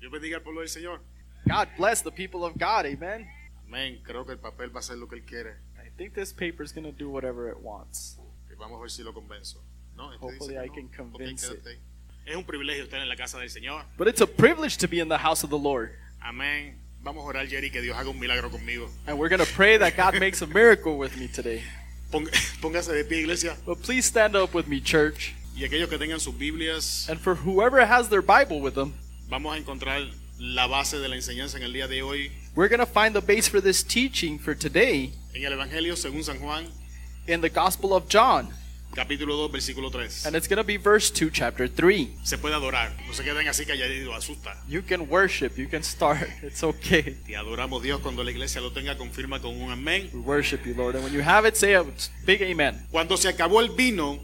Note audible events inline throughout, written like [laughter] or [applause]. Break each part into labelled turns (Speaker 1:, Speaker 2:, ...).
Speaker 1: Dios bendiga al pueblo del Señor.
Speaker 2: God bless the people of God. Amen.
Speaker 1: Amén. Creo que el papel va a hacer lo que él quiere.
Speaker 2: I think this paper's going to do whatever it wants.
Speaker 1: Que vamos a ver si lo convenzo. No, este dice
Speaker 2: Hopefully
Speaker 1: que
Speaker 2: I
Speaker 1: no.
Speaker 2: can
Speaker 1: Ok,
Speaker 2: convince
Speaker 1: quédate ahí. Es un privilegio estar en la casa del Señor.
Speaker 2: But it's a privilege to be in the house of the Lord.
Speaker 1: Amén. Vamos a orar, Jerry, que Dios haga un milagro conmigo.
Speaker 2: And we're going to pray that God makes a miracle with me today.
Speaker 1: Pong- [laughs] Póngase de pie, iglesia.
Speaker 2: But please stand up with me, church.
Speaker 1: Y aquellos que tengan sus Biblias,
Speaker 2: And for whoever has their Bible with them,
Speaker 1: vamos a encontrar la base de la enseñanza en el día de hoy
Speaker 2: we're going to find the base for this teaching for today
Speaker 1: en el Evangelio según San Juan,
Speaker 2: in the Gospel of John.
Speaker 1: capítulo 2, versículo 3.
Speaker 2: And it's going to be verse 2, chapter 3.
Speaker 1: Se puede adorar. No se queden así calladitos, asusta.
Speaker 2: You can worship, you can start. [laughs] It's okay.
Speaker 1: Te adoramos Dios cuando la iglesia lo tenga, confirma con un amén.
Speaker 2: We worship you, Lord. And when you have it, say a big amen.
Speaker 1: Cuando se acabó el vino,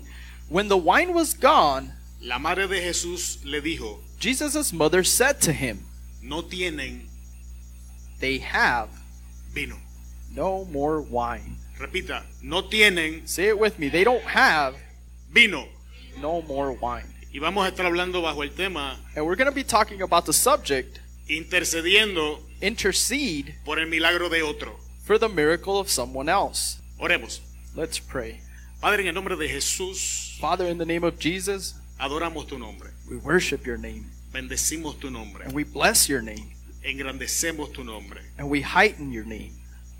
Speaker 2: When the wine was gone,
Speaker 1: la madre de Jesús le dijo,
Speaker 2: Jesus' mother said to him,
Speaker 1: no tienen
Speaker 2: They have
Speaker 1: vino.
Speaker 2: no more wine.
Speaker 1: Repita, no tienen
Speaker 2: Say it with me. They don't have
Speaker 1: vino.
Speaker 2: no more wine.
Speaker 1: Y vamos a estar hablando bajo el tema
Speaker 2: And we're going to be talking about the subject
Speaker 1: intercediendo
Speaker 2: intercede
Speaker 1: por el milagro de otro.
Speaker 2: for the miracle of someone else.
Speaker 1: Oremos.
Speaker 2: Let's pray.
Speaker 1: Padre, en el nombre de Jesús,
Speaker 2: Father, in the name of Jesus,
Speaker 1: adoramos tu nombre,
Speaker 2: we worship your name
Speaker 1: bendecimos tu nombre,
Speaker 2: and we bless your name
Speaker 1: engrandecemos tu nombre.
Speaker 2: and we heighten your name.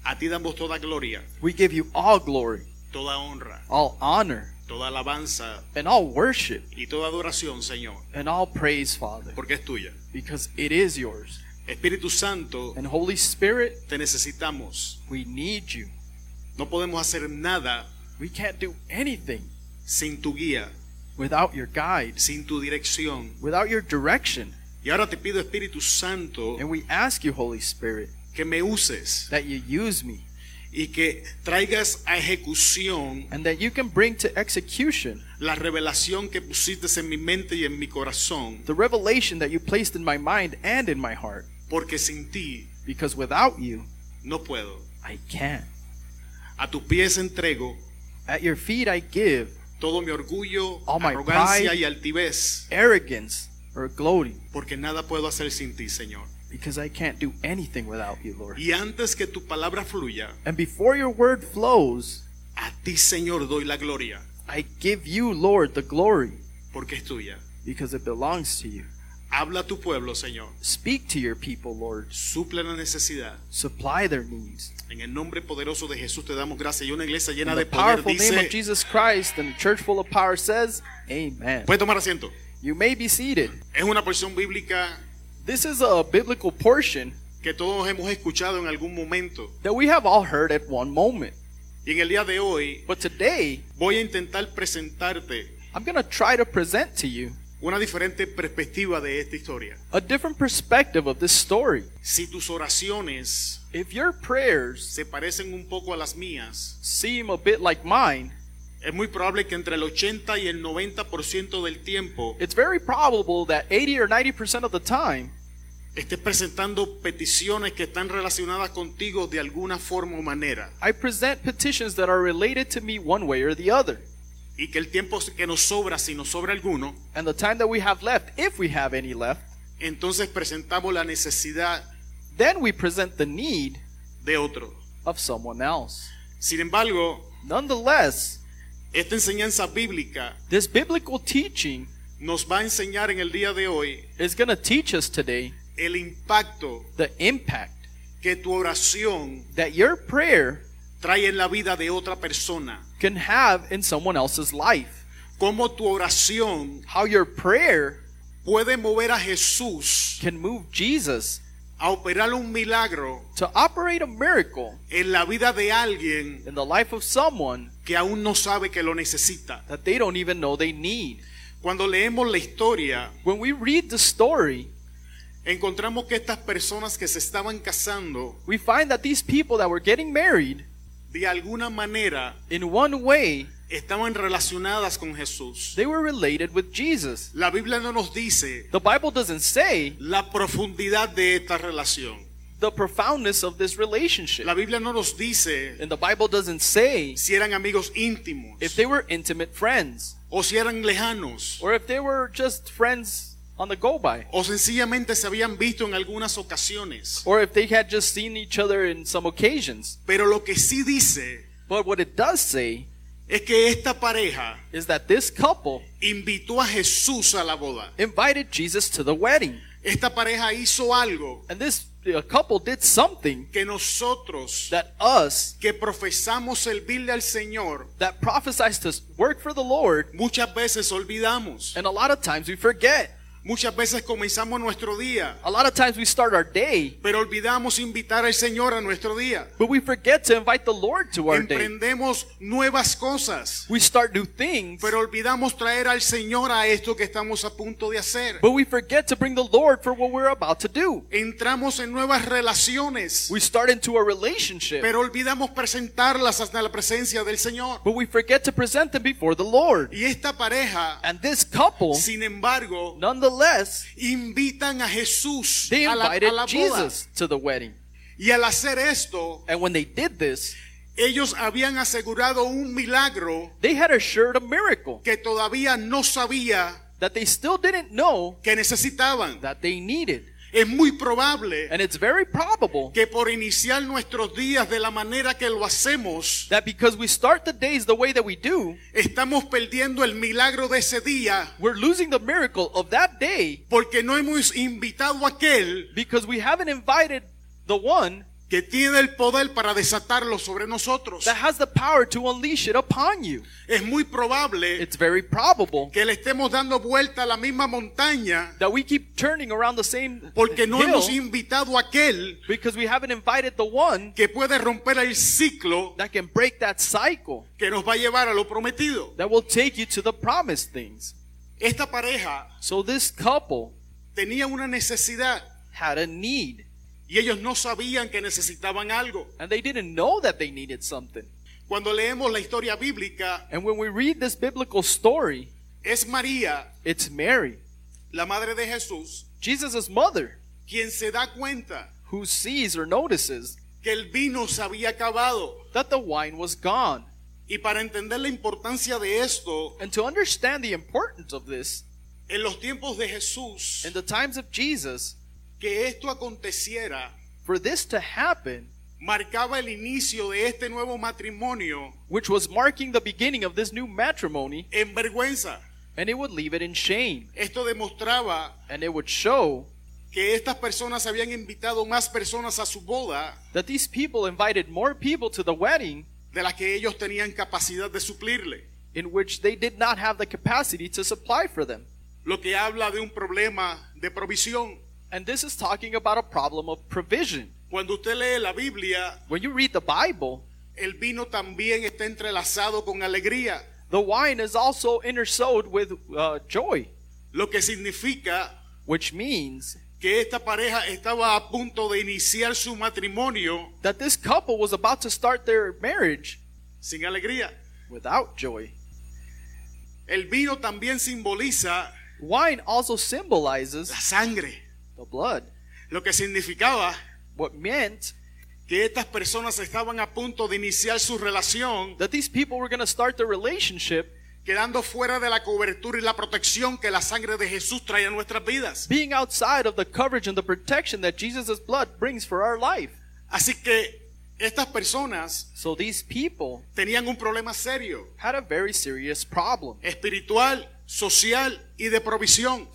Speaker 1: A ti damos toda gloria,
Speaker 2: We give you all glory,
Speaker 1: toda honra,
Speaker 2: all honor,
Speaker 1: toda alabanza
Speaker 2: and all worship
Speaker 1: y toda adoración, Señor,
Speaker 2: and all praise, Father,
Speaker 1: porque es tuya.
Speaker 2: because it is yours.
Speaker 1: Espíritu Santo,
Speaker 2: And Holy Spirit,
Speaker 1: te necesitamos.
Speaker 2: we need you.
Speaker 1: No podemos hacer nada
Speaker 2: We can't do anything
Speaker 1: sin tu guía,
Speaker 2: without your guide,
Speaker 1: sin tu dirección.
Speaker 2: without your direction.
Speaker 1: Y ahora te pido, Espíritu Santo,
Speaker 2: And we ask you, Holy Spirit,
Speaker 1: que me uses
Speaker 2: that you use me
Speaker 1: y que traigas a ejecución
Speaker 2: and that you can bring to execution
Speaker 1: la revelación que pusiste en mi mente y en mi corazón,
Speaker 2: the revelation that you placed in my mind and in my heart.
Speaker 1: porque sin ti
Speaker 2: Because without you,
Speaker 1: no puedo.
Speaker 2: I can't.
Speaker 1: A tus pies entrego
Speaker 2: At your feet, I give
Speaker 1: todo mi orgullo,
Speaker 2: All my
Speaker 1: arrogancia
Speaker 2: pride.
Speaker 1: y altivez,
Speaker 2: arrogance or gloating
Speaker 1: porque nada puedo hacer sin ti, Señor.
Speaker 2: because I can't do anything without you, Lord.
Speaker 1: Y antes que tu palabra fluya,
Speaker 2: And before your word flows,
Speaker 1: a ti, Señor, doy la gloria,
Speaker 2: I give you, Lord, the glory
Speaker 1: porque es tuya.
Speaker 2: because it belongs to you.
Speaker 1: Habla a tu pueblo, Señor.
Speaker 2: Speak to your people, Lord.
Speaker 1: Suple la necesidad.
Speaker 2: Supply their needs.
Speaker 1: En el nombre poderoso de Jesús te damos gracias. Y una iglesia
Speaker 2: In
Speaker 1: llena
Speaker 2: the
Speaker 1: de poder
Speaker 2: powerful name of
Speaker 1: dice,
Speaker 2: Jesus Christ and the church full of power says, Amen.
Speaker 1: puede tomar asiento.
Speaker 2: You may be seated.
Speaker 1: Es una porción bíblica
Speaker 2: This is a biblical portion
Speaker 1: que todos hemos escuchado en algún momento.
Speaker 2: that we have all heard at one moment.
Speaker 1: Y en el día de hoy
Speaker 2: But today,
Speaker 1: voy a intentar presentarte
Speaker 2: I'm going to try to present to you
Speaker 1: una diferente perspectiva de esta historia.
Speaker 2: a different perspective of this story.
Speaker 1: Si tus oraciones
Speaker 2: If your prayers
Speaker 1: se parecen un poco a las mías,
Speaker 2: seem a bit like mine,
Speaker 1: es muy probable que entre el 80 y el 90% del tiempo
Speaker 2: it's very probable that 80 or 90% of the time,
Speaker 1: estés presentando peticiones que están relacionadas contigo de alguna forma o manera.
Speaker 2: I present petitions that are related to me one way or the other.
Speaker 1: Y que el tiempo que nos sobra, si nos sobra alguno,
Speaker 2: And the time that we have left, if we have any left,
Speaker 1: entonces presentamos la necesidad
Speaker 2: then we present the need
Speaker 1: de otro.
Speaker 2: of someone else.
Speaker 1: Sin embargo,
Speaker 2: Nonetheless,
Speaker 1: esta enseñanza bíblica
Speaker 2: this biblical teaching
Speaker 1: nos va a enseñar en el día de hoy
Speaker 2: is going to teach us today
Speaker 1: el impacto
Speaker 2: the impact
Speaker 1: que tu oración
Speaker 2: that your prayer
Speaker 1: trae en la vida de otra persona.
Speaker 2: can have in someone else's life.
Speaker 1: Cómo tu oración
Speaker 2: How your prayer
Speaker 1: puede mover a Jesús
Speaker 2: can move Jesus
Speaker 1: a operar un milagro
Speaker 2: to operate a miracle
Speaker 1: en la vida de alguien
Speaker 2: in the life of someone
Speaker 1: que aún no sabe que lo necesita.
Speaker 2: that they don't even know they need.
Speaker 1: Cuando leemos la historia,
Speaker 2: When we read the story,
Speaker 1: encontramos que estas personas que se estaban casando,
Speaker 2: we find that these people that were getting married,
Speaker 1: de alguna manera,
Speaker 2: in one way,
Speaker 1: estaban relacionadas con Jesús.
Speaker 2: they were related with Jesus.
Speaker 1: La Biblia no nos dice
Speaker 2: The Bible doesn't say
Speaker 1: la profundidad de esta relación.
Speaker 2: the profoundness of this relationship.
Speaker 1: La Biblia no nos dice
Speaker 2: And the Bible doesn't say
Speaker 1: si eran amigos íntimos
Speaker 2: if they were intimate friends
Speaker 1: o si eran lejanos.
Speaker 2: or if they were just friends on the go by.
Speaker 1: o sencillamente se habían visto en algunas ocasiones.
Speaker 2: Or if they had just seen each other in some occasions.
Speaker 1: Pero lo que sí dice
Speaker 2: But what it does say
Speaker 1: es que esta pareja
Speaker 2: is that this couple
Speaker 1: invitó a Jesús a la boda.
Speaker 2: invited Jesus to the wedding.
Speaker 1: Esta pareja hizo algo
Speaker 2: And this uh, couple did something
Speaker 1: que nosotros
Speaker 2: that us,
Speaker 1: que profesamos servirle al Señor
Speaker 2: that prophesies to work for the Lord,
Speaker 1: muchas veces olvidamos.
Speaker 2: and a lot of times we forget.
Speaker 1: Muchas veces comenzamos nuestro día,
Speaker 2: A lot of times we start our day,
Speaker 1: pero olvidamos invitar al Señor a nuestro día.
Speaker 2: but we forget to invite the Lord to our day.
Speaker 1: Emprendemos nuevas cosas,
Speaker 2: We start new things,
Speaker 1: pero olvidamos traer al Señor a esto que estamos a punto de hacer.
Speaker 2: but we forget to bring the Lord for what we're about to do.
Speaker 1: Entramos en nuevas relaciones,
Speaker 2: We start into a relationship,
Speaker 1: pero olvidamos presentarlas hasta la presencia del Señor.
Speaker 2: but we forget to present them before the Lord.
Speaker 1: Y esta pareja,
Speaker 2: And this couple,
Speaker 1: sin embargo,
Speaker 2: nonetheless,
Speaker 1: invitan a Jesús
Speaker 2: they
Speaker 1: a la, a
Speaker 2: invited
Speaker 1: la boda.
Speaker 2: Jesus to the wedding.
Speaker 1: Y al hacer esto,
Speaker 2: And when they did this,
Speaker 1: ellos habían asegurado un milagro
Speaker 2: they had assured a miracle
Speaker 1: que todavía no sabía
Speaker 2: that they still didn't know
Speaker 1: que necesitaban.
Speaker 2: that they needed.
Speaker 1: Es muy probable
Speaker 2: And it's very probable
Speaker 1: que por iniciar nuestros días de la manera que lo hacemos,
Speaker 2: that because we start the days the way that we do,
Speaker 1: estamos perdiendo el milagro de ese día
Speaker 2: we're losing the miracle of that day
Speaker 1: porque no hemos invitado a aquel
Speaker 2: because we haven't invited the one
Speaker 1: que tiene el poder para desatarlo sobre nosotros.
Speaker 2: that has the power to unleash it upon you.
Speaker 1: Es muy probable
Speaker 2: It's very probable
Speaker 1: que le estemos dando vuelta a la misma montaña
Speaker 2: that we keep turning around the same
Speaker 1: porque no hemos
Speaker 2: hill
Speaker 1: invitado a aquel
Speaker 2: because we haven't invited the one
Speaker 1: que puede romper el ciclo
Speaker 2: that can break that cycle
Speaker 1: que nos va a llevar a lo prometido.
Speaker 2: that will take you to the promised things.
Speaker 1: Esta pareja
Speaker 2: So this couple
Speaker 1: tenía una necesidad
Speaker 2: had a need
Speaker 1: y ellos no sabían que necesitaban algo.
Speaker 2: and they didn't know that they needed something.
Speaker 1: Cuando leemos la historia bíblica,
Speaker 2: And when we read this biblical story,
Speaker 1: es María,
Speaker 2: it's Mary,
Speaker 1: la madre de Jesús,
Speaker 2: Jesus' mother,
Speaker 1: quien se da cuenta
Speaker 2: who sees or notices
Speaker 1: que el vino se había acabado.
Speaker 2: that the wine was gone.
Speaker 1: Y para entender la importancia de esto,
Speaker 2: And to understand the importance of this,
Speaker 1: en los tiempos de Jesús,
Speaker 2: in the times of Jesus,
Speaker 1: que esto aconteciera
Speaker 2: for this to happen,
Speaker 1: marcaba el inicio de este nuevo matrimonio
Speaker 2: which was marking the beginning of this new matrimony,
Speaker 1: en vergüenza.
Speaker 2: and it would leave it in shame.
Speaker 1: Esto demostraba
Speaker 2: And it would show
Speaker 1: que estas personas habían invitado más personas a su boda
Speaker 2: that these people invited more people to the wedding
Speaker 1: de las que ellos tenían capacidad de suplirle,
Speaker 2: in which they did not have the capacity to supply for them.
Speaker 1: lo que habla de un problema de provisión.
Speaker 2: And this is talking about a problem of provision.
Speaker 1: Cuando usted lee la Biblia,
Speaker 2: When you read the Bible,
Speaker 1: el vino también está entrelazado con alegría,
Speaker 2: the wine is also intersowed with uh, joy,
Speaker 1: lo que significa
Speaker 2: which means
Speaker 1: que esta pareja estaba a punto de iniciar su matrimonio
Speaker 2: that this couple was about to start their marriage
Speaker 1: sin alegría.
Speaker 2: without joy.
Speaker 1: El vino también simboliza
Speaker 2: Wine also symbolizes
Speaker 1: la sangre,
Speaker 2: the blood,
Speaker 1: lo que significaba
Speaker 2: what meant
Speaker 1: que estas personas estaban a punto de iniciar su relación
Speaker 2: that these people were going to start their relationship
Speaker 1: quedando fuera de la cobertura y la protección que la sangre de Jesús trae a nuestras vidas.
Speaker 2: being outside of the coverage and the protection that Jesus' blood brings for our life.
Speaker 1: Así que estas personas
Speaker 2: So these people
Speaker 1: tenían un problema serio,
Speaker 2: had a very serious problem
Speaker 1: espiritual, social y de provisión.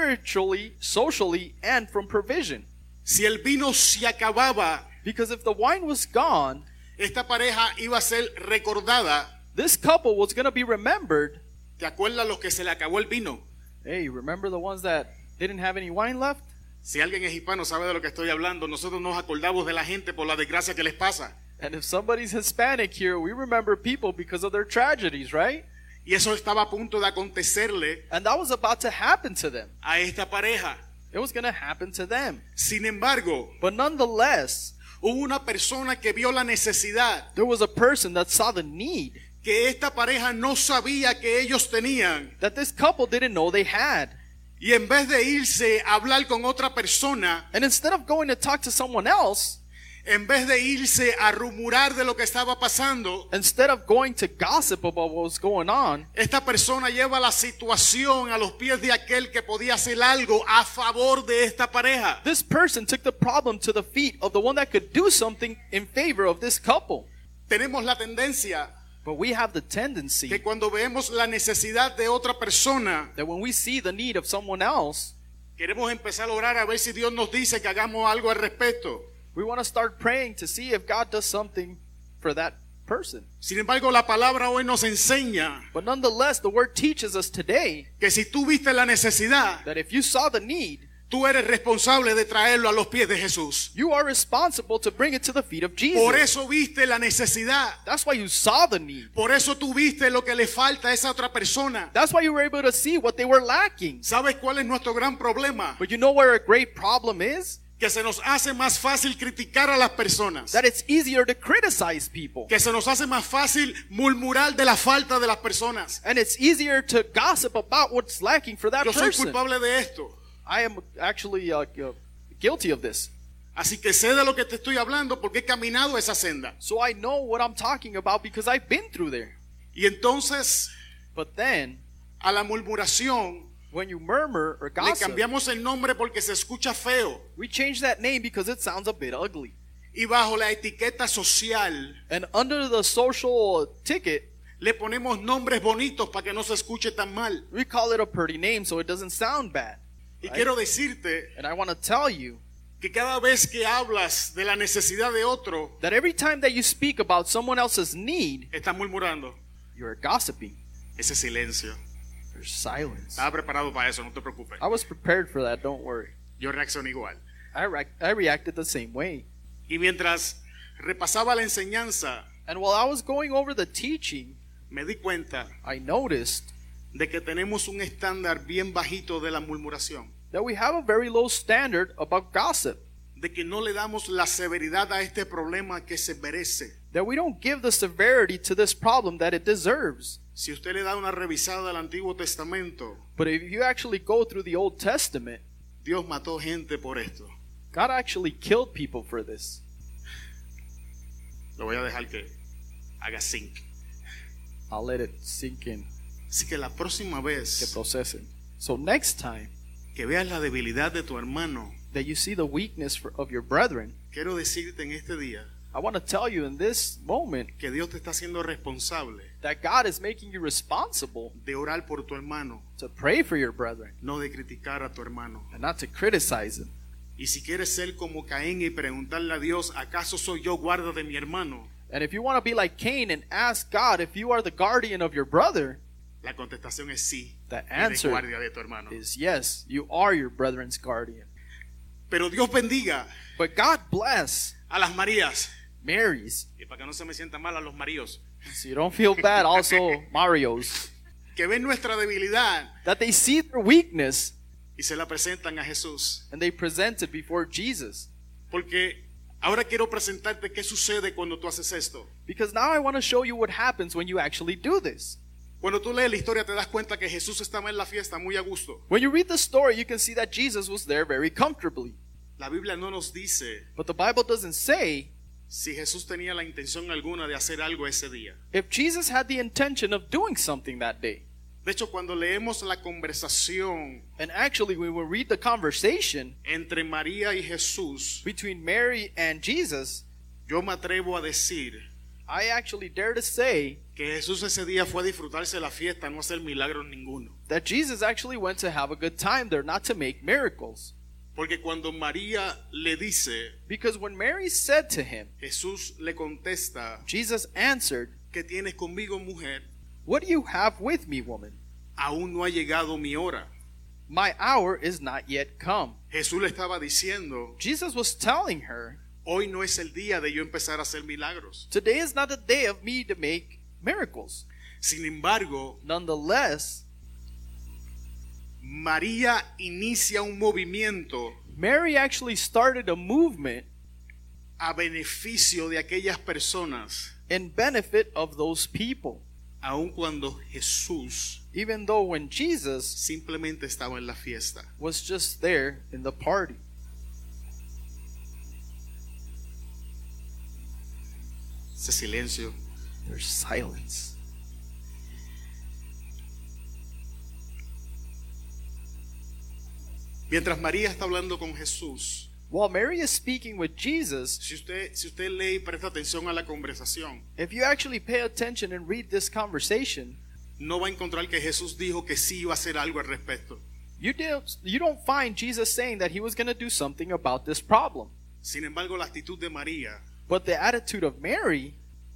Speaker 2: spiritually, socially, and from provision.
Speaker 1: Si el vino se acababa,
Speaker 2: Because if the wine was gone,
Speaker 1: esta pareja iba a ser recordada.
Speaker 2: this couple was going to be remembered.
Speaker 1: ¿Te acuerdas los que se le acabó el vino?
Speaker 2: Hey, remember the ones that didn't have any wine left?
Speaker 1: Si alguien es hispano sabe de lo que estoy hablando, nosotros nos acordamos de la gente por la desgracia que les pasa.
Speaker 2: And if somebody's Hispanic here, we remember people because of their tragedies, right?
Speaker 1: Y eso estaba a punto de acontecerle
Speaker 2: And that was about to happen to them.
Speaker 1: a esta pareja.
Speaker 2: It was going to happen to them.
Speaker 1: Sin embargo,
Speaker 2: But nonetheless,
Speaker 1: Hubo una persona que vio la necesidad
Speaker 2: there was a person that saw the need
Speaker 1: que esta pareja no sabía que ellos tenían
Speaker 2: that this couple didn't know they had.
Speaker 1: y en vez de irse a hablar con otra persona,
Speaker 2: And instead of going to talk to someone else,
Speaker 1: En vez de irse a rumorar de lo que estaba pasando,
Speaker 2: Instead of going to gossip about what was going on,
Speaker 1: esta persona lleva la situación a los pies de aquel que podía hacer algo a favor de esta pareja.
Speaker 2: this person took the problem to the feet of the one that could do something in favor of this couple.
Speaker 1: Tenemos la tendencia
Speaker 2: But we have the tendency
Speaker 1: que cuando vemos la necesidad de otra persona,
Speaker 2: that when we see the need of someone else,
Speaker 1: queremos empezar a orar a ver si Dios nos dice que hagamos algo al respecto.
Speaker 2: we want to start praying to see if God does something for that person.
Speaker 1: Sin embargo, la palabra hoy nos enseña
Speaker 2: But nonetheless, the word teaches us today
Speaker 1: que si tú viste la necesidad,
Speaker 2: that if you saw the need,
Speaker 1: tú eres responsable de traerlo a los pies de Jesús.
Speaker 2: you are responsible to bring it to the feet of Jesus.
Speaker 1: Por eso viste la necesidad.
Speaker 2: That's why you saw the need.
Speaker 1: Por eso tú viste lo que le falta a esa otra persona.
Speaker 2: That's why you were able to see what they were lacking.
Speaker 1: ¿Sabes cuál es nuestro gran problema?
Speaker 2: But you know where a great problem is?
Speaker 1: Que se nos hace más fácil criticar a las personas.
Speaker 2: That it's easier to criticize people.
Speaker 1: Que se nos hace más fácil murmurar de la falta de las personas.
Speaker 2: And it's easier to gossip about what's lacking for that
Speaker 1: Yo soy
Speaker 2: person.
Speaker 1: culpable de esto.
Speaker 2: I am actually uh, gu- guilty of this.
Speaker 1: Así que sé de lo que te estoy hablando porque he caminado esa senda.
Speaker 2: So I know what I'm talking about because I've been through there.
Speaker 1: Y entonces
Speaker 2: But then,
Speaker 1: a la murmuración
Speaker 2: when you murmur or
Speaker 1: le
Speaker 2: gossip,
Speaker 1: cambiamos el nombre porque se escucha feo.
Speaker 2: we change that name because it sounds a bit ugly.
Speaker 1: Y bajo la etiqueta social
Speaker 2: And under the social ticket,
Speaker 1: le ponemos nombres bonitos para que no se escuche tan mal.
Speaker 2: we call it a pretty name so it doesn't sound bad.
Speaker 1: Y
Speaker 2: Right.
Speaker 1: quiero decirte
Speaker 2: And I want to tell you
Speaker 1: que cada vez que hablas de la necesidad de otro,
Speaker 2: that every time that you speak about someone else's need,
Speaker 1: estás murmurando.
Speaker 2: you're gossiping.
Speaker 1: Ese silencio.
Speaker 2: There's silence.
Speaker 1: Estaba preparado para eso, no te preocupes.
Speaker 2: I was prepared for that, don't worry.
Speaker 1: Yo reaccioné igual.
Speaker 2: I, re- I reacted the same way.
Speaker 1: Y mientras repasaba la enseñanza,
Speaker 2: And while I was going over the teaching,
Speaker 1: me di cuenta
Speaker 2: I noticed
Speaker 1: de que tenemos un estándar bien bajito de la murmuración,
Speaker 2: that we have a very low standard about gossip,
Speaker 1: de que no le damos la severidad a este problema que se merece.
Speaker 2: that we don't give the severity to this problem that it deserves.
Speaker 1: Si usted le da una revisada al Antiguo Testamento,
Speaker 2: But if you actually go through the Old Testament,
Speaker 1: Dios mató gente por esto.
Speaker 2: God actually killed people for this.
Speaker 1: Lo voy a dejar que haga zinc.
Speaker 2: I'll let it sink in,
Speaker 1: Así que la próxima
Speaker 2: que
Speaker 1: vez
Speaker 2: procesen. So next time
Speaker 1: que veas la debilidad de tu hermano,
Speaker 2: that you see the weakness for, of your brethren,
Speaker 1: quiero decirte en este día
Speaker 2: I want to tell you in this moment
Speaker 1: que Dios te está haciendo responsable
Speaker 2: that God is making you responsible
Speaker 1: de orar por tu hermano,
Speaker 2: to pray for your brethren
Speaker 1: no de criticar a tu hermano.
Speaker 2: and not to criticize them.
Speaker 1: Y si quieres ser como Caín y preguntarle a Dios, ¿acaso soy yo guarda de mi hermano?
Speaker 2: And if you want to be like Cain and ask God if you are the guardian of your brother,
Speaker 1: La contestación es sí.
Speaker 2: The
Speaker 1: eres
Speaker 2: answer
Speaker 1: guardia de tu hermano.
Speaker 2: is yes, you are your brethren's guardian.
Speaker 1: Pero Dios bendiga
Speaker 2: But God bless
Speaker 1: a las Marías.
Speaker 2: Mary's.
Speaker 1: Y para que no se me sienta mal a los Maríos.
Speaker 2: So you don't feel bad, also Mario's.
Speaker 1: Que ven nuestra debilidad
Speaker 2: That they see their weakness
Speaker 1: y se la presentan a Jesús.
Speaker 2: and they present it before Jesus.
Speaker 1: Porque ahora quiero presentarte qué sucede cuando tú haces esto.
Speaker 2: Because now I want to show you what happens when you actually do this.
Speaker 1: Cuando tú lees la historia te das cuenta que Jesús estaba en la fiesta muy a gusto.
Speaker 2: When you read the story, you can see that Jesus was there very comfortably.
Speaker 1: La Biblia no nos dice
Speaker 2: But the Bible doesn't say
Speaker 1: si Jesús tenía la intención alguna de hacer algo ese día.
Speaker 2: if Jesus had the intention of doing something that day.
Speaker 1: De hecho, cuando leemos la conversación
Speaker 2: And actually, when we read the conversation
Speaker 1: entre María y Jesús,
Speaker 2: between Mary and Jesus,
Speaker 1: yo me atrevo a decir
Speaker 2: I actually dare to say
Speaker 1: que Jesús ese día fue a disfrutarse de la fiesta, no a hacer milagros ninguno.
Speaker 2: that Jesus actually went to have a good time there, not to make miracles.
Speaker 1: Porque cuando María le dice,
Speaker 2: Because when Mary said to him,
Speaker 1: Jesús le contesta,
Speaker 2: Jesus answered,
Speaker 1: ¿qué tienes conmigo, mujer?
Speaker 2: What do you have with me, woman?
Speaker 1: Aún no ha llegado mi hora.
Speaker 2: My hour is not yet come.
Speaker 1: Jesús le estaba diciendo,
Speaker 2: Jesus was telling her,
Speaker 1: hoy no es el día de yo empezar a hacer milagros.
Speaker 2: Today is not the day of me to make miracles.
Speaker 1: Sin embargo,
Speaker 2: Nonetheless,
Speaker 1: María inicia un movimiento
Speaker 2: Mary actually started a movement
Speaker 1: a beneficio de aquellas personas,
Speaker 2: in benefit of those people.
Speaker 1: aun cuando Jesús
Speaker 2: Even though when Jesus
Speaker 1: simplemente estaba en la fiesta.
Speaker 2: was just there in the party.
Speaker 1: Ese silencio.
Speaker 2: There's silence.
Speaker 1: Mientras María está hablando con Jesús,
Speaker 2: While Mary is speaking with Jesus,
Speaker 1: si usted, si usted lee y presta atención a la conversación,
Speaker 2: if you actually pay attention and read this conversation,
Speaker 1: no va a encontrar que Jesús dijo que sí iba a hacer algo al respecto.
Speaker 2: you don't, you don't find Jesus saying that he was going to do something about this problem.
Speaker 1: Sin embargo, la actitud de María
Speaker 2: But the attitude of Mary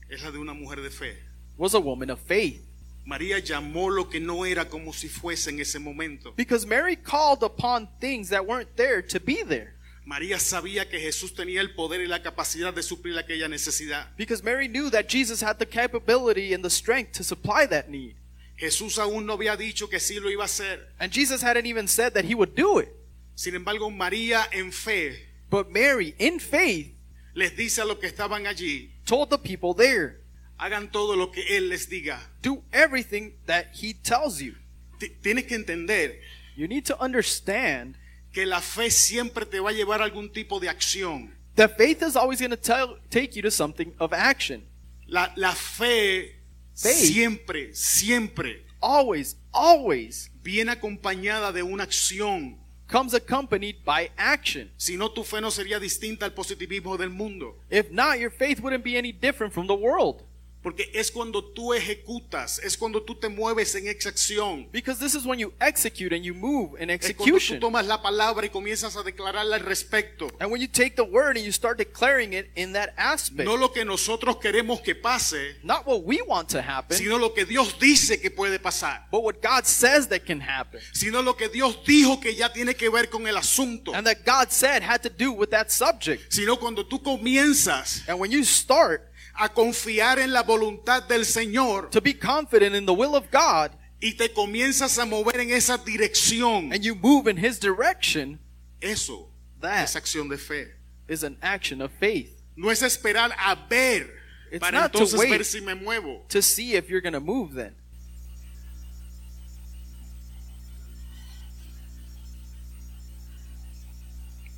Speaker 1: es la de una mujer de fe.
Speaker 2: was a woman of faith
Speaker 1: María llamó lo que no era como si fuese en ese momento.
Speaker 2: because Mary called upon things that weren't there to be there.
Speaker 1: María sabía que Jesús tenía el poder y la capacidad de suplir aquella necesidad.
Speaker 2: Because Mary knew that Jesus had the capability and the strength to supply that need.
Speaker 1: Jesús aún no había dicho que sí lo iba a hacer.
Speaker 2: And Jesus hadn't even said that he would do it.
Speaker 1: Sin embargo, María en fe
Speaker 2: But Mary, in faith,
Speaker 1: les dice a los que estaban allí,
Speaker 2: told the people there,
Speaker 1: hagan todo lo que Él les diga.
Speaker 2: do everything that he tells you.
Speaker 1: Ti- Tienes que entender
Speaker 2: You need to understand
Speaker 1: que la fe siempre te va a llevar a algún tipo de acción.
Speaker 2: that faith is always going to take you to something of action.
Speaker 1: La, la fe
Speaker 2: Faith.
Speaker 1: siempre, siempre
Speaker 2: Always, always
Speaker 1: viene acompañada de una acción.
Speaker 2: comes accompanied by action.
Speaker 1: Si no, tu fe no sería distinta al positivismo del mundo.
Speaker 2: If not, your faith wouldn't be any different from the world.
Speaker 1: Porque es cuando tú ejecutas, es cuando tú te mueves en esa acción.
Speaker 2: Because this is when you execute and you move in
Speaker 1: Es cuando tú
Speaker 2: execution.
Speaker 1: tomas la palabra y comienzas a declararla al respecto.
Speaker 2: And when you take the word and you start declaring it in that aspect,
Speaker 1: No lo que nosotros queremos que pase,
Speaker 2: not what we want to happen,
Speaker 1: sino lo que Dios dice que puede pasar.
Speaker 2: but what God says that can happen.
Speaker 1: Sino lo que Dios dijo que ya tiene que ver con el asunto.
Speaker 2: And that God said had to do with that subject.
Speaker 1: Sino cuando tú comienzas
Speaker 2: And when you start
Speaker 1: a confiar en la voluntad del Señor
Speaker 2: to be confident in the will of God
Speaker 1: y te comienzas a mover en esa dirección,
Speaker 2: and you move in His direction,
Speaker 1: eso es
Speaker 2: that
Speaker 1: acción de fe.
Speaker 2: is an action of faith.
Speaker 1: No es esperar a ver
Speaker 2: It's
Speaker 1: para
Speaker 2: not to
Speaker 1: entonces
Speaker 2: wait.
Speaker 1: ver si me muevo.
Speaker 2: To see if you're going to move, then.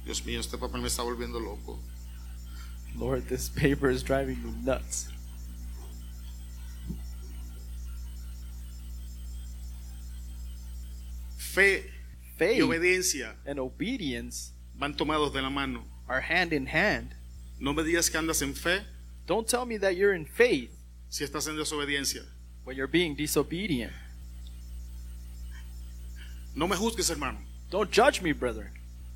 Speaker 1: Dios mío, este papel me está volviendo loco.
Speaker 2: Lord, this paper is driving me nuts.
Speaker 1: Fe y
Speaker 2: Faith
Speaker 1: obediencia
Speaker 2: and obedience
Speaker 1: van tomados de la mano.
Speaker 2: are hand in hand.
Speaker 1: No me digas que andas en fe
Speaker 2: Don't tell me that you're in faith
Speaker 1: si estás en desobediencia.
Speaker 2: when you're being disobedient.
Speaker 1: No me juzgues, hermano.
Speaker 2: Don't judge me, brother.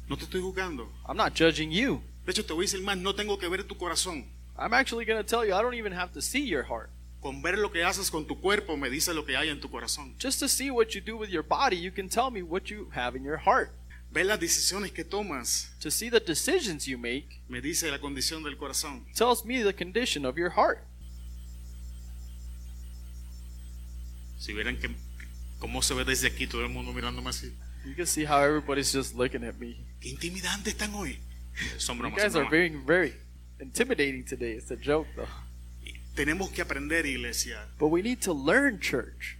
Speaker 1: No te estoy juzgando.
Speaker 2: I'm not judging you.
Speaker 1: De hecho, te voy a decir más, no tengo que ver tu corazón.
Speaker 2: I'm actually going to tell you, I don't even have to see your heart.
Speaker 1: Con ver lo que haces con tu cuerpo me dice lo que hay en tu corazón.
Speaker 2: Just to see what you do with your body, you can tell me what you have in your heart.
Speaker 1: Ver las decisiones que tomas
Speaker 2: To see the decisions you make
Speaker 1: me dice la condición del corazón.
Speaker 2: tells me the condition of your heart.
Speaker 1: Si vieran que cómo se ve desde aquí todo el mundo mirándome así.
Speaker 2: You can see how everybody's just looking at me.
Speaker 1: Qué intimidantes están hoy. Son
Speaker 2: You
Speaker 1: bromas.
Speaker 2: guys
Speaker 1: son
Speaker 2: are
Speaker 1: bromas.
Speaker 2: being very intimidating today. It's a joke, though.
Speaker 1: Tenemos que aprender, iglesia,
Speaker 2: But we need to learn, church,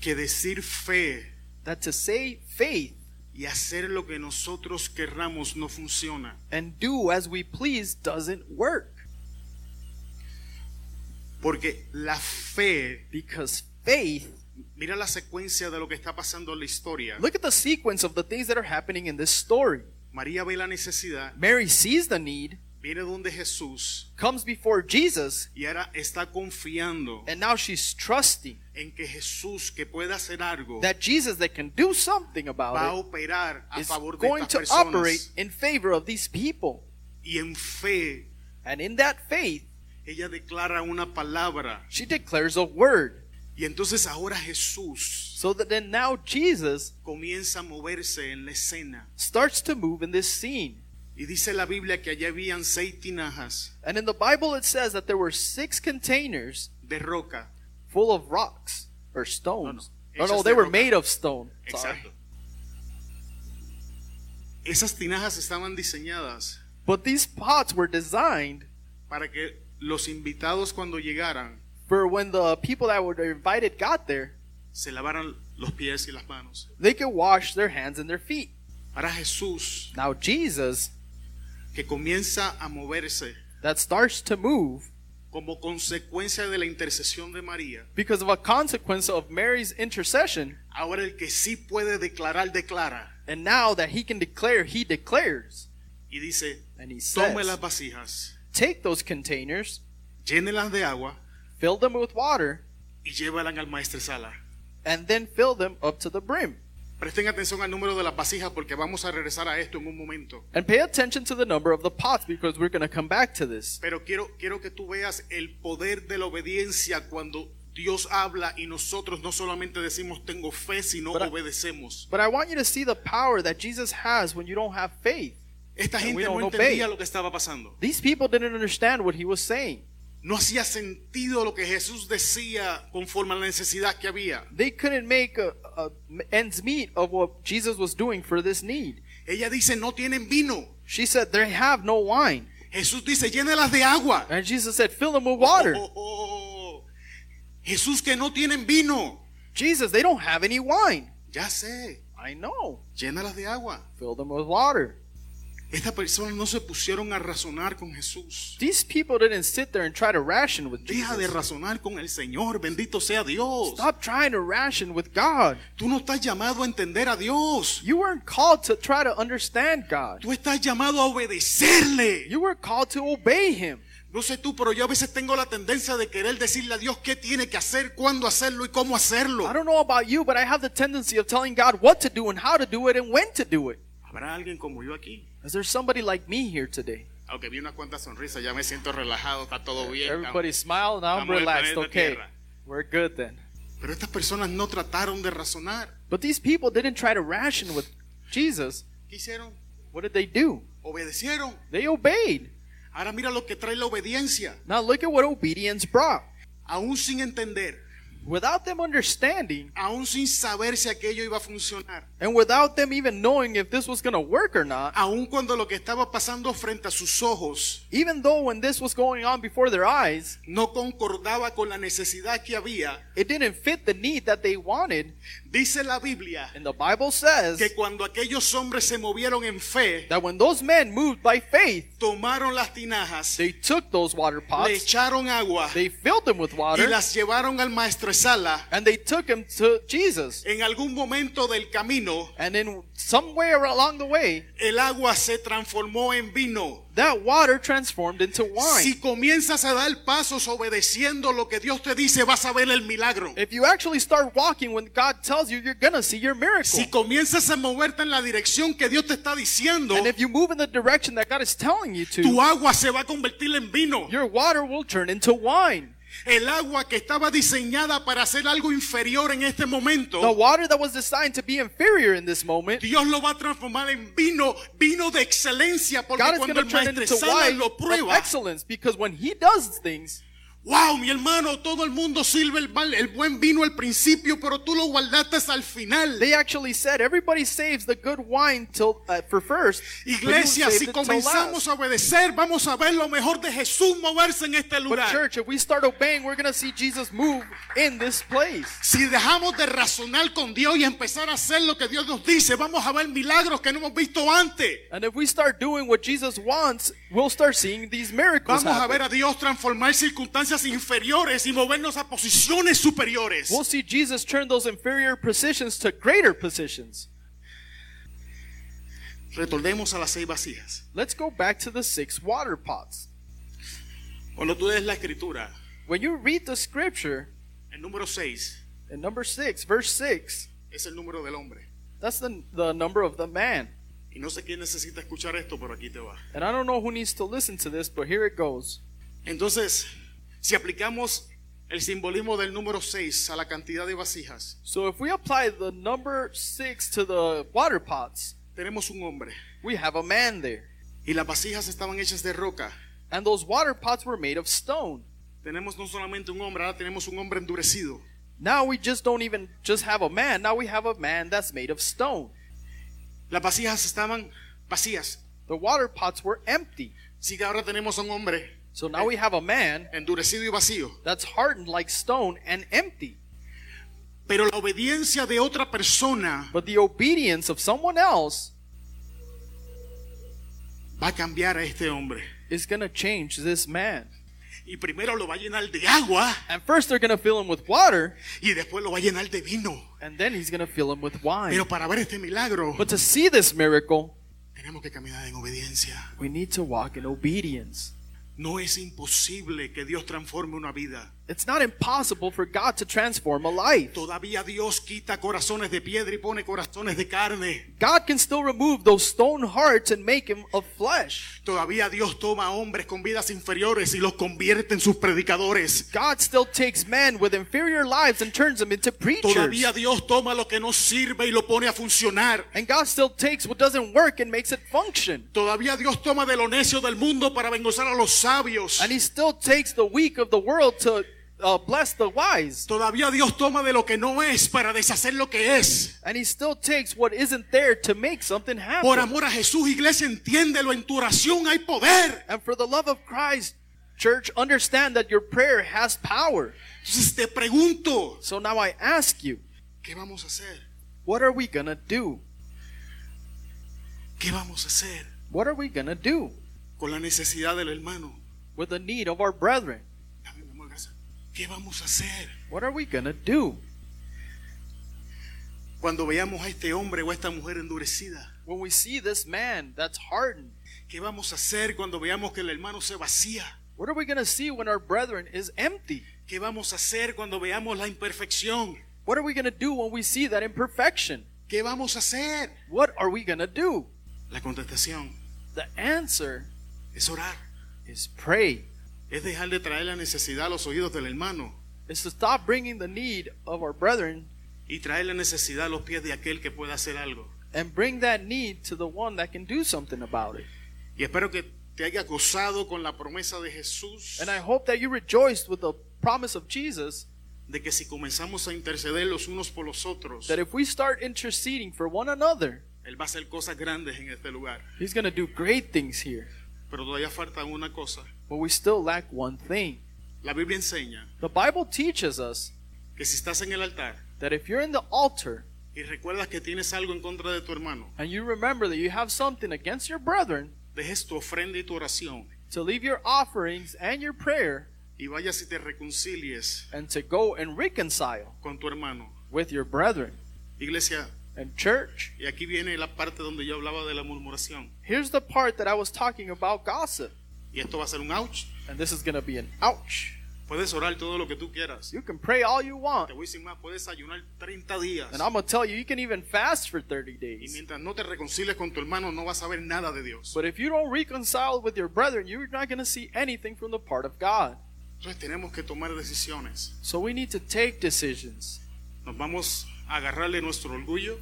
Speaker 1: que decir fe
Speaker 2: that to say faith
Speaker 1: y hacer lo que nosotros querramos no funciona.
Speaker 2: and do as we please doesn't work.
Speaker 1: Porque la fe,
Speaker 2: Because faith,
Speaker 1: mira la secuencia de lo que está pasando en la historia.
Speaker 2: look at the sequence of the things that are happening in this story.
Speaker 1: María ve la necesidad,
Speaker 2: Mary sees the need,
Speaker 1: viene donde Jesús
Speaker 2: comes before Jesus,
Speaker 1: y ahora está confiando
Speaker 2: and now she's trusting
Speaker 1: en que Jesús, que pueda hacer algo,
Speaker 2: that Jesus that can do something
Speaker 1: va a
Speaker 2: about
Speaker 1: operar
Speaker 2: it
Speaker 1: a
Speaker 2: is
Speaker 1: favor de
Speaker 2: going
Speaker 1: estas
Speaker 2: to operate
Speaker 1: personas.
Speaker 2: in favor of these people.
Speaker 1: Y en fe,
Speaker 2: And in that faith,
Speaker 1: ella declara una palabra.
Speaker 2: she declares a word.
Speaker 1: Y entonces ahora Jesús
Speaker 2: So that then now Jesus
Speaker 1: comienza a moverse en la escena.
Speaker 2: starts to move in this scene.
Speaker 1: Y dice la Biblia que allá habían seis tinajas
Speaker 2: And in the Bible it says that there were six containers
Speaker 1: de roca.
Speaker 2: full of rocks or stones.
Speaker 1: No, no. Hechas
Speaker 2: No, no, they
Speaker 1: de
Speaker 2: were
Speaker 1: roca.
Speaker 2: made of stone. Sorry.
Speaker 1: Exacto. Esas tinajas estaban diseñadas
Speaker 2: But these pots were designed
Speaker 1: para que los invitados cuando llegaran
Speaker 2: for when the people that were invited got there,
Speaker 1: se lavaran los pies y las manos.
Speaker 2: they could wash their hands and their feet.
Speaker 1: Ahora Jesús,
Speaker 2: Now Jesus
Speaker 1: que comienza a moverse,
Speaker 2: that starts to move
Speaker 1: como consecuencia de la intercesión de María,
Speaker 2: Because of a consequence of Mary's intercession,
Speaker 1: ahora el que sí puede declarar, declara.
Speaker 2: and now that he can declare, he declares,
Speaker 1: Y dice,
Speaker 2: and he
Speaker 1: tome las
Speaker 2: says,
Speaker 1: vasijas,
Speaker 2: Take those containers,
Speaker 1: llénelas de agua
Speaker 2: fill them with water,
Speaker 1: y llévalas al maestresala.
Speaker 2: and then fill them up to the brim.
Speaker 1: Presten atención al número de las vasijas porque vamos a regresar a esto en un momento.
Speaker 2: And pay attention to the number of the pots because we're going to come back to this.
Speaker 1: Pero quiero, quiero que tú veas el poder de la obediencia cuando Dios habla y nosotros no solamente decimos tengo fe, sino
Speaker 2: But I-
Speaker 1: obedecemos.
Speaker 2: But I want you to see the power that Jesus has when you don't have faith.
Speaker 1: Esta
Speaker 2: And we
Speaker 1: gente no
Speaker 2: don't
Speaker 1: entendía
Speaker 2: obey.
Speaker 1: lo que estaba pasando.
Speaker 2: These people didn't understand what he was saying.
Speaker 1: No hacía sentido lo que Jesús decía conforme a la necesidad que había.
Speaker 2: They couldn't make uh uh ends meet of what Jesus was doing for this need.
Speaker 1: Ella dice, no tienen vino.
Speaker 2: She said, They have no wine.
Speaker 1: Jesús dice, llénelas de agua.
Speaker 2: And Jesus said, Fill them with water.
Speaker 1: [laughs] Oh, oh, oh. Jesús que no tienen vino.
Speaker 2: Jesus, they don't have any wine.
Speaker 1: Ya sé,
Speaker 2: I know.
Speaker 1: llénalas de agua.
Speaker 2: Fill them with water.
Speaker 1: Estas personas no se pusieron a razonar con Jesús.
Speaker 2: These people didn't sit there and try to ration with
Speaker 1: Deja de
Speaker 2: Jesus.
Speaker 1: razonar con el Señor, bendito sea Dios.
Speaker 2: Stop trying to ration with God.
Speaker 1: Tú no estás llamado a entender a Dios.
Speaker 2: You weren't called to try to understand God.
Speaker 1: Tú estás llamado a obedecerle.
Speaker 2: You were called to obey Him.
Speaker 1: No sé tú, pero yo a veces tengo la tendencia de querer decirle a Dios qué tiene que hacer, cuándo hacerlo y cómo hacerlo.
Speaker 2: I don't know about you, but I have the tendency of telling God what to do and how to do it and when to do it.
Speaker 1: ¿Habrá alguien como yo aquí?
Speaker 2: Is there somebody like me here today?
Speaker 1: Aunque vi unas cuantas sonrisas, ya me siento relajado, está todo bien.
Speaker 2: Everybody smile, now I'm
Speaker 1: Estamos en el
Speaker 2: relaxed.
Speaker 1: planeta
Speaker 2: Okay,
Speaker 1: Tierra.
Speaker 2: we're good then.
Speaker 1: Pero estas personas no trataron de razonar.
Speaker 2: But these people didn't try to ration with Jesus.
Speaker 1: ¿Qué hicieron?
Speaker 2: What did they do?
Speaker 1: Obedecieron.
Speaker 2: They obeyed.
Speaker 1: Ahora mira lo que trae la obediencia.
Speaker 2: Now look at what obedience brought.
Speaker 1: Aún sin entender,
Speaker 2: Without them understanding
Speaker 1: aún sin saber si aquello iba a funcionar,
Speaker 2: and without them even knowing if this was going to work or not,
Speaker 1: aún cuando lo que estaba pasando frente a sus ojos
Speaker 2: even though when this was going on before their eyes,
Speaker 1: no concordaba con la necesidad que había,
Speaker 2: it didn't fit the need that they wanted.
Speaker 1: dice la Biblia
Speaker 2: And the Bible says
Speaker 1: que cuando aquellos hombres se movieron en fe,
Speaker 2: that when those men moved by faith,
Speaker 1: tomaron las tinajas,
Speaker 2: they took those water
Speaker 1: le
Speaker 2: pots,
Speaker 1: echaron agua
Speaker 2: they filled them with
Speaker 1: y
Speaker 2: water,
Speaker 1: las llevaron al maestresala.
Speaker 2: and they took them to Jesus.
Speaker 1: En algún momento del camino,
Speaker 2: And then somewhere along the way,
Speaker 1: el agua se transformó en vino.
Speaker 2: that water transformed into
Speaker 1: Si
Speaker 2: wine.
Speaker 1: comienzas a dar pasos obedeciendo lo que Dios te dice, vas a ver el milagro.
Speaker 2: If you actually start walking when God tells you, you're gonna see your miracle.
Speaker 1: Si comienzas a moverte en la dirección que Dios te está diciendo,
Speaker 2: And if you move in the direction that God is telling you to,
Speaker 1: tu agua se va a convertir en vino.
Speaker 2: your water will turn into wine.
Speaker 1: El agua que estaba diseñada para hacer algo inferior en este
Speaker 2: The
Speaker 1: momento,
Speaker 2: water that was designed to be inferior in this moment,
Speaker 1: Dios lo va a transformar en vino, vino de excelencia, porque
Speaker 2: God is
Speaker 1: cuando
Speaker 2: gonna
Speaker 1: el
Speaker 2: turn it into
Speaker 1: maestresala
Speaker 2: wine
Speaker 1: lo
Speaker 2: of
Speaker 1: prueba,
Speaker 2: excellence because when He does things,
Speaker 1: wow, mi hermano, todo el mundo sirve el, mal- el buen vino al principio, pero tú lo guardaste al final.
Speaker 2: They actually said everybody saves the good wine till uh, for first. but you
Speaker 1: Iglesia,
Speaker 2: saved
Speaker 1: si
Speaker 2: it till
Speaker 1: comenzamos
Speaker 2: last.
Speaker 1: a obedecer, vamos a ver lo mejor de Jesús moverse en este
Speaker 2: But
Speaker 1: lugar.
Speaker 2: church, if we start obeying, we're gonna see Jesus move in this place.
Speaker 1: Si dejamos de razonar con Dios y empezar a hacer lo que Dios nos dice, vamos a ver milagros que no hemos visto antes.
Speaker 2: And if we start doing what Jesus wants, we'll start seeing these miracles
Speaker 1: Vamos a
Speaker 2: happen.
Speaker 1: ver a Dios transformar circunstancias inferiores y movernos a posiciones superiores.
Speaker 2: We'll see Jesus turn those inferior positions to greater positions.
Speaker 1: Retornemos a las seis vacías.
Speaker 2: Let's go back to the six water pots.
Speaker 1: Cuando tú lees la escritura,
Speaker 2: When you read the scripture
Speaker 1: el número seis
Speaker 2: in number six, verse six,
Speaker 1: es el número del hombre.
Speaker 2: that's the, the number of the man.
Speaker 1: Y no sé quién necesita escuchar esto, pero aquí te va.
Speaker 2: And I don't know who needs to listen to this, but here it goes.
Speaker 1: Entonces, si aplicamos el simbolismo del número 6 a la cantidad de vasijas,
Speaker 2: So if we apply the number six to the water pots,
Speaker 1: tenemos un hombre
Speaker 2: we have a man there.
Speaker 1: y las vasijas estaban hechas de roca.
Speaker 2: And those water pots were made of stone.
Speaker 1: Tenemos no solamente un hombre, ahora tenemos un hombre endurecido.
Speaker 2: Now we just don't even just have a man, now we have a man that's made of stone.
Speaker 1: Las vasijas estaban vacías.
Speaker 2: The water pots were empty.
Speaker 1: Así que ahora tenemos a un hombre
Speaker 2: So now we have a man
Speaker 1: endurecido y vacío.
Speaker 2: that's hardened like stone and empty.
Speaker 1: Pero la obediencia de otra persona
Speaker 2: But the obedience of someone else
Speaker 1: va a cambiar a este hombre.
Speaker 2: is going to change this man.
Speaker 1: Y primero lo va a llenar de agua
Speaker 2: And first they're going to fill him with water,
Speaker 1: y después lo va a llenar de vino.
Speaker 2: and then he's going to fill him with wine.
Speaker 1: Pero para ver este milagro,
Speaker 2: But to see this miracle,
Speaker 1: tenemos que caminar en obediencia.
Speaker 2: we need to walk in obedience.
Speaker 1: No es imposible que Dios transforme una vida.
Speaker 2: It's not impossible for God to transform a life.
Speaker 1: Todavía Dios quita corazones de piedra y pone corazones de carne.
Speaker 2: God can still remove those stone hearts and make him of flesh.
Speaker 1: Todavía Dios toma hombres con vidas inferiores y los convierte en sus predicadores.
Speaker 2: God still takes men with inferior lives and turns them into preachers.
Speaker 1: Todavía Dios toma lo que no sirve y lo pone a funcionar.
Speaker 2: And God still takes what doesn't work and makes it function.
Speaker 1: Todavía Dios toma de lo necio del mundo para vengar a los sabios.
Speaker 2: And he still takes the weak of the world to uh, bless the wise.
Speaker 1: Todavía Dios toma de lo que no es para deshacer lo que es.
Speaker 2: And he still takes what isn't there to make something
Speaker 1: Por
Speaker 2: happen.
Speaker 1: amor a Jesús, iglesia, entiéndelo. En tu oración hay poder.
Speaker 2: And for the love of Christ, church, understand that your prayer has power.
Speaker 1: Entonces te pregunto,
Speaker 2: So now I ask you,
Speaker 1: ¿qué vamos a hacer?
Speaker 2: what are we gonna do?
Speaker 1: ¿Qué vamos a hacer
Speaker 2: What are we gonna do
Speaker 1: con la necesidad del hermano?
Speaker 2: with the need of our brethren?
Speaker 1: Dame, mi amor, gracias. ¿Qué vamos a hacer
Speaker 2: What are we gonna do
Speaker 1: cuando veamos a este hombre o a esta mujer endurecida?
Speaker 2: when we see this man that's hardened?
Speaker 1: ¿Qué vamos a hacer cuando veamos que el hermano se vacía?
Speaker 2: What are we gonna see when our brethren is empty?
Speaker 1: ¿Qué vamos a hacer cuando veamos la imperfección?
Speaker 2: What are we gonna do when we see that imperfection?
Speaker 1: ¿Qué vamos a hacer?
Speaker 2: What are we gonna do?
Speaker 1: La contestación
Speaker 2: The answer
Speaker 1: es orar.
Speaker 2: is pray.
Speaker 1: Es dejar de traer la necesidad a los oídos del hermano
Speaker 2: It's to stop bringing the need of our brethren
Speaker 1: y traer la necesidad a los pies de aquel que pueda hacer algo.
Speaker 2: and bring that need to the one that can do something about it.
Speaker 1: Y espero que te haya gozado con la promesa de Jesús
Speaker 2: And I hope that you rejoiced with the promise of Jesus
Speaker 1: de que si comenzamos a interceder los unos por los otros,
Speaker 2: that if we start interceding for one another,
Speaker 1: Él va a hacer cosas grandes en este lugar.
Speaker 2: He's going to do great things here.
Speaker 1: Pero todavía falta una cosa.
Speaker 2: But we still lack one thing.
Speaker 1: La Biblia enseña
Speaker 2: The Bible teaches us
Speaker 1: que si estás en el altar
Speaker 2: that if you're in the altar
Speaker 1: y recuerdas que tienes algo en contra de tu hermano,
Speaker 2: and you remember that you have something against your brethren,
Speaker 1: dejes tu ofrenda y tu oración
Speaker 2: to leave your offerings and your prayer
Speaker 1: y vayas y te reconcilies
Speaker 2: and to go and reconcile
Speaker 1: con tu hermano.
Speaker 2: with your brethren.
Speaker 1: Iglesia,
Speaker 2: And church,
Speaker 1: y aquí viene la parte donde yo hablaba de la murmuración.
Speaker 2: here's the part that I was talking about gossip.
Speaker 1: Y esto va a ser un ouch.
Speaker 2: And this is going to be an ouch.
Speaker 1: Puedes orar todo lo que tú quieras.
Speaker 2: You can pray all you want.
Speaker 1: Te voy sin más, puedes ayunar 30 días.
Speaker 2: And I'm going to tell you, you can even fast for 30
Speaker 1: Y
Speaker 2: days.
Speaker 1: mientras no te reconcilies con tu hermano, no vas a ver nada de Dios.
Speaker 2: But if you don't reconcile with your brethren, you're not going to see anything from the part of God.
Speaker 1: Entonces tenemos que tomar decisiones.
Speaker 2: So we need to take decisions.
Speaker 1: Nos vamos a agarrarle nuestro orgullo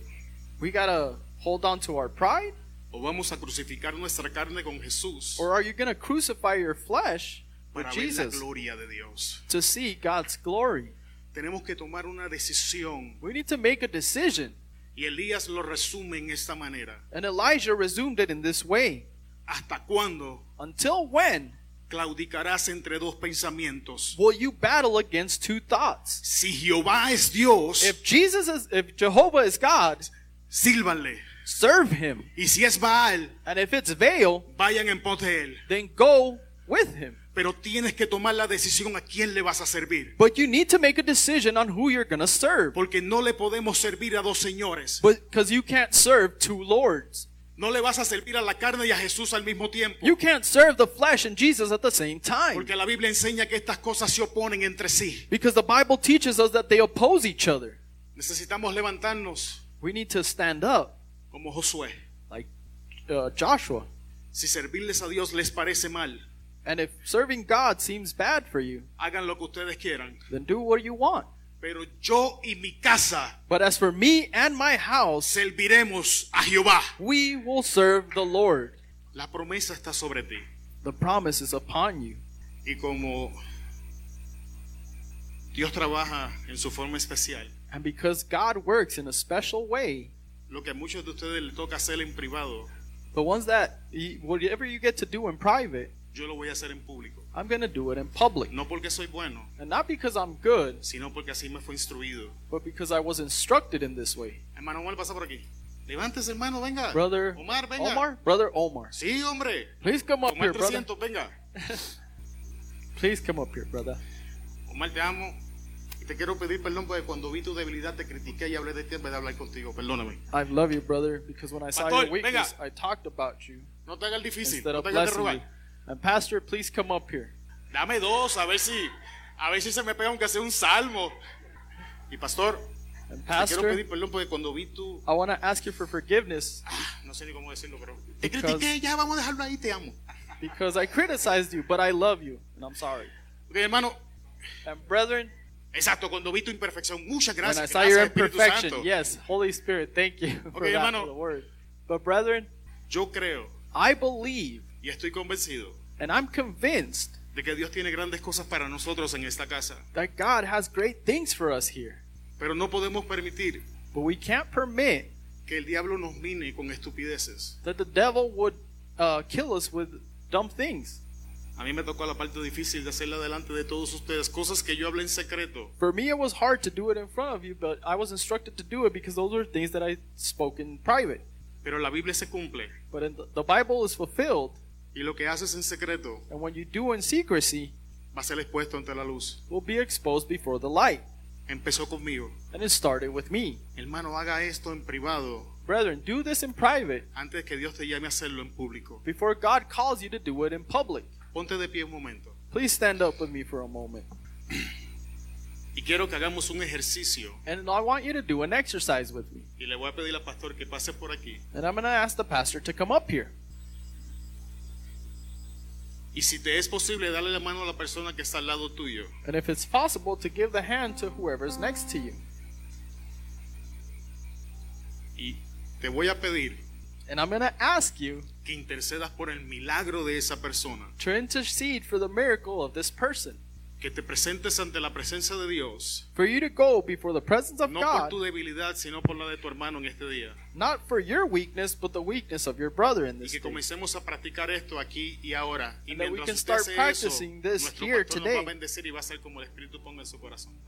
Speaker 2: We got to hold on to our pride,
Speaker 1: o vamos a crucificar nuestra carne con Jesús
Speaker 2: or are you going to crucify your flesh with
Speaker 1: para ver la
Speaker 2: Jesus
Speaker 1: gloria de Dios.
Speaker 2: to see God's glory?
Speaker 1: Tenemos que tomar una decisión.
Speaker 2: We need to make a decision.
Speaker 1: Y Elías lo resume en esta manera.
Speaker 2: And Elijah resumed it in this way
Speaker 1: ¿Hasta cuándo
Speaker 2: Until when
Speaker 1: claudicarás entre dos pensamientos?
Speaker 2: will you battle against two thoughts?
Speaker 1: Si Jehová es Dios,
Speaker 2: If Jesus is, if Jehovah is God,
Speaker 1: sílvanle.
Speaker 2: serve him.
Speaker 1: Y si es Baal,
Speaker 2: And if it's Baal,
Speaker 1: vayan en pos de él.
Speaker 2: then go with him.
Speaker 1: Pero tienes que tomar la decisión a quién le vas a servir.
Speaker 2: But you need to make a decision on who you're going to serve.
Speaker 1: Porque no le podemos servir a dos señores.
Speaker 2: Because you can't serve two lords.
Speaker 1: No le vas a servir a la carne y a Jesús al mismo tiempo.
Speaker 2: You can't serve the flesh and Jesus at the same time.
Speaker 1: Porque la Biblia enseña que estas cosas se oponen entre sí.
Speaker 2: Because the Bible teaches us that they oppose each other.
Speaker 1: Necesitamos levantarnos
Speaker 2: We need to stand up,
Speaker 1: como Josué.
Speaker 2: like uh, Joshua.
Speaker 1: Si servirles a Dios les parece mal,
Speaker 2: And if serving God seems bad for you,
Speaker 1: hagan lo que ustedes quieran.
Speaker 2: then do what you want.
Speaker 1: Pero yo y mi casa
Speaker 2: But as for me and my house,
Speaker 1: serviremos a Jehová.
Speaker 2: we will serve the Lord.
Speaker 1: La promesa está sobre ti.
Speaker 2: The promise is upon you.
Speaker 1: Y como Dios trabaja en su forma especial,
Speaker 2: And because God works in a special way,
Speaker 1: lo que a muchos de ustedes les toca hacer en privado,
Speaker 2: the ones that, whatever you get to do in private,
Speaker 1: yo lo voy a hacer en público.
Speaker 2: I'm going to do it in public.
Speaker 1: No porque soy bueno,
Speaker 2: And not because I'm good,
Speaker 1: sino porque así me fue instruido.
Speaker 2: but because I was instructed in this way.
Speaker 1: Hermano Omar, pasa por aquí. Levántese, hermano, venga.
Speaker 2: Brother
Speaker 1: Omar, venga.
Speaker 2: Omar? Brother Omar.
Speaker 1: Sí, hombre.
Speaker 2: Please come up
Speaker 1: Omar
Speaker 2: here, brother.
Speaker 1: 300, venga.
Speaker 2: Please come up here, brother.
Speaker 1: Omar, te amo. Y te quiero pedir perdón porque cuando vi tu debilidad te critiqué y hablé de ti en vez de hablar contigo. Perdóname.
Speaker 2: I love you, brother, because when I saw
Speaker 1: Pastor,
Speaker 2: your weakness,
Speaker 1: venga.
Speaker 2: I talked about you
Speaker 1: No te hagas el difícil,
Speaker 2: instead
Speaker 1: no
Speaker 2: of
Speaker 1: te hagas de
Speaker 2: blessing you.
Speaker 1: rogar.
Speaker 2: And pastor, please come up here.
Speaker 1: Dame dos, a ver si, a ver si se me pega aunque sea un salmo. Y pastor,
Speaker 2: And
Speaker 1: te quiero
Speaker 2: pastor,
Speaker 1: pedir perdón porque cuando vi tu, ah,
Speaker 2: I want to ask you for forgiveness
Speaker 1: no sé ni cómo decirlo, pero te
Speaker 2: Because-
Speaker 1: critiqué, ya vamos a dejarlo ahí, te amo.
Speaker 2: because I criticized you, but I love you and I'm sorry.
Speaker 1: Ok, hermano,
Speaker 2: And brethren,
Speaker 1: exacto, cuando vi tu imperfección, muchas
Speaker 2: when I
Speaker 1: gracias.
Speaker 2: saw your
Speaker 1: gracias Espíritu
Speaker 2: imperfection,
Speaker 1: Santo.
Speaker 2: yes, Holy Spirit, thank you [laughs] for
Speaker 1: Okay,
Speaker 2: that,
Speaker 1: hermano.
Speaker 2: for the word. But brethren,
Speaker 1: Yo creo
Speaker 2: I believe
Speaker 1: y estoy convencido
Speaker 2: and I'm convinced
Speaker 1: de que Dios tiene grandes cosas para nosotros en esta casa,
Speaker 2: that God has great things for us here,
Speaker 1: pero no podemos permitir
Speaker 2: but we can't permit
Speaker 1: que el diablo nos mine con estupideces.
Speaker 2: that the devil would uh, kill us with dumb things.
Speaker 1: A mí me tocó la parte difícil de hacerla delante de todos ustedes, cosas que yo hablé en secreto.
Speaker 2: For me, it was hard to do it in front of you, but I was instructed to do it because those were things that I spoke in private.
Speaker 1: Pero la Biblia se cumple.
Speaker 2: But in the, the Bible is fulfilled,
Speaker 1: Y lo que haces en secreto
Speaker 2: and when you do in secrecy,
Speaker 1: va a ser expuesto ante la luz.
Speaker 2: will be exposed before the light.
Speaker 1: Empezó conmigo.
Speaker 2: And it started with me.
Speaker 1: Hermano, haga esto en privado
Speaker 2: Brethren, do this in private
Speaker 1: antes que Dios te llame a hacerlo en público.
Speaker 2: before God calls you to do it in public.
Speaker 1: Ponte de pie un momento.
Speaker 2: Please stand up with me for a moment.
Speaker 1: Y quiero que hagamos un ejercicio.
Speaker 2: And I want you to do an exercise with me.
Speaker 1: Y le voy a pedir al pastor que pase por aquí.
Speaker 2: And I'm going to ask the pastor to come up here.
Speaker 1: Y si te es posible, dale la mano a la persona que está al lado tuyo.
Speaker 2: And if it's possible, to give the hand to whoever's next to you.
Speaker 1: Y te voy a pedir
Speaker 2: And I'm going to ask you
Speaker 1: que intercedas por el milagro de esa persona.
Speaker 2: to intercede for the miracle of this person.
Speaker 1: Que te presentes ante la presencia de Dios.
Speaker 2: For you to go before the presence of
Speaker 1: No por
Speaker 2: God,
Speaker 1: tu debilidad, sino por la de tu hermano en este día.
Speaker 2: not for your weakness, but the weakness of your brother in
Speaker 1: y
Speaker 2: this
Speaker 1: que
Speaker 2: day.
Speaker 1: comencemos a practicar esto aquí y ahora. Y
Speaker 2: And that we
Speaker 1: mientras
Speaker 2: can
Speaker 1: usted
Speaker 2: start
Speaker 1: hace eso,
Speaker 2: practicing this
Speaker 1: nuestro
Speaker 2: here
Speaker 1: pastor nos va a
Speaker 2: today.
Speaker 1: bendecir y va a ser como el Espíritu ponga en su corazón.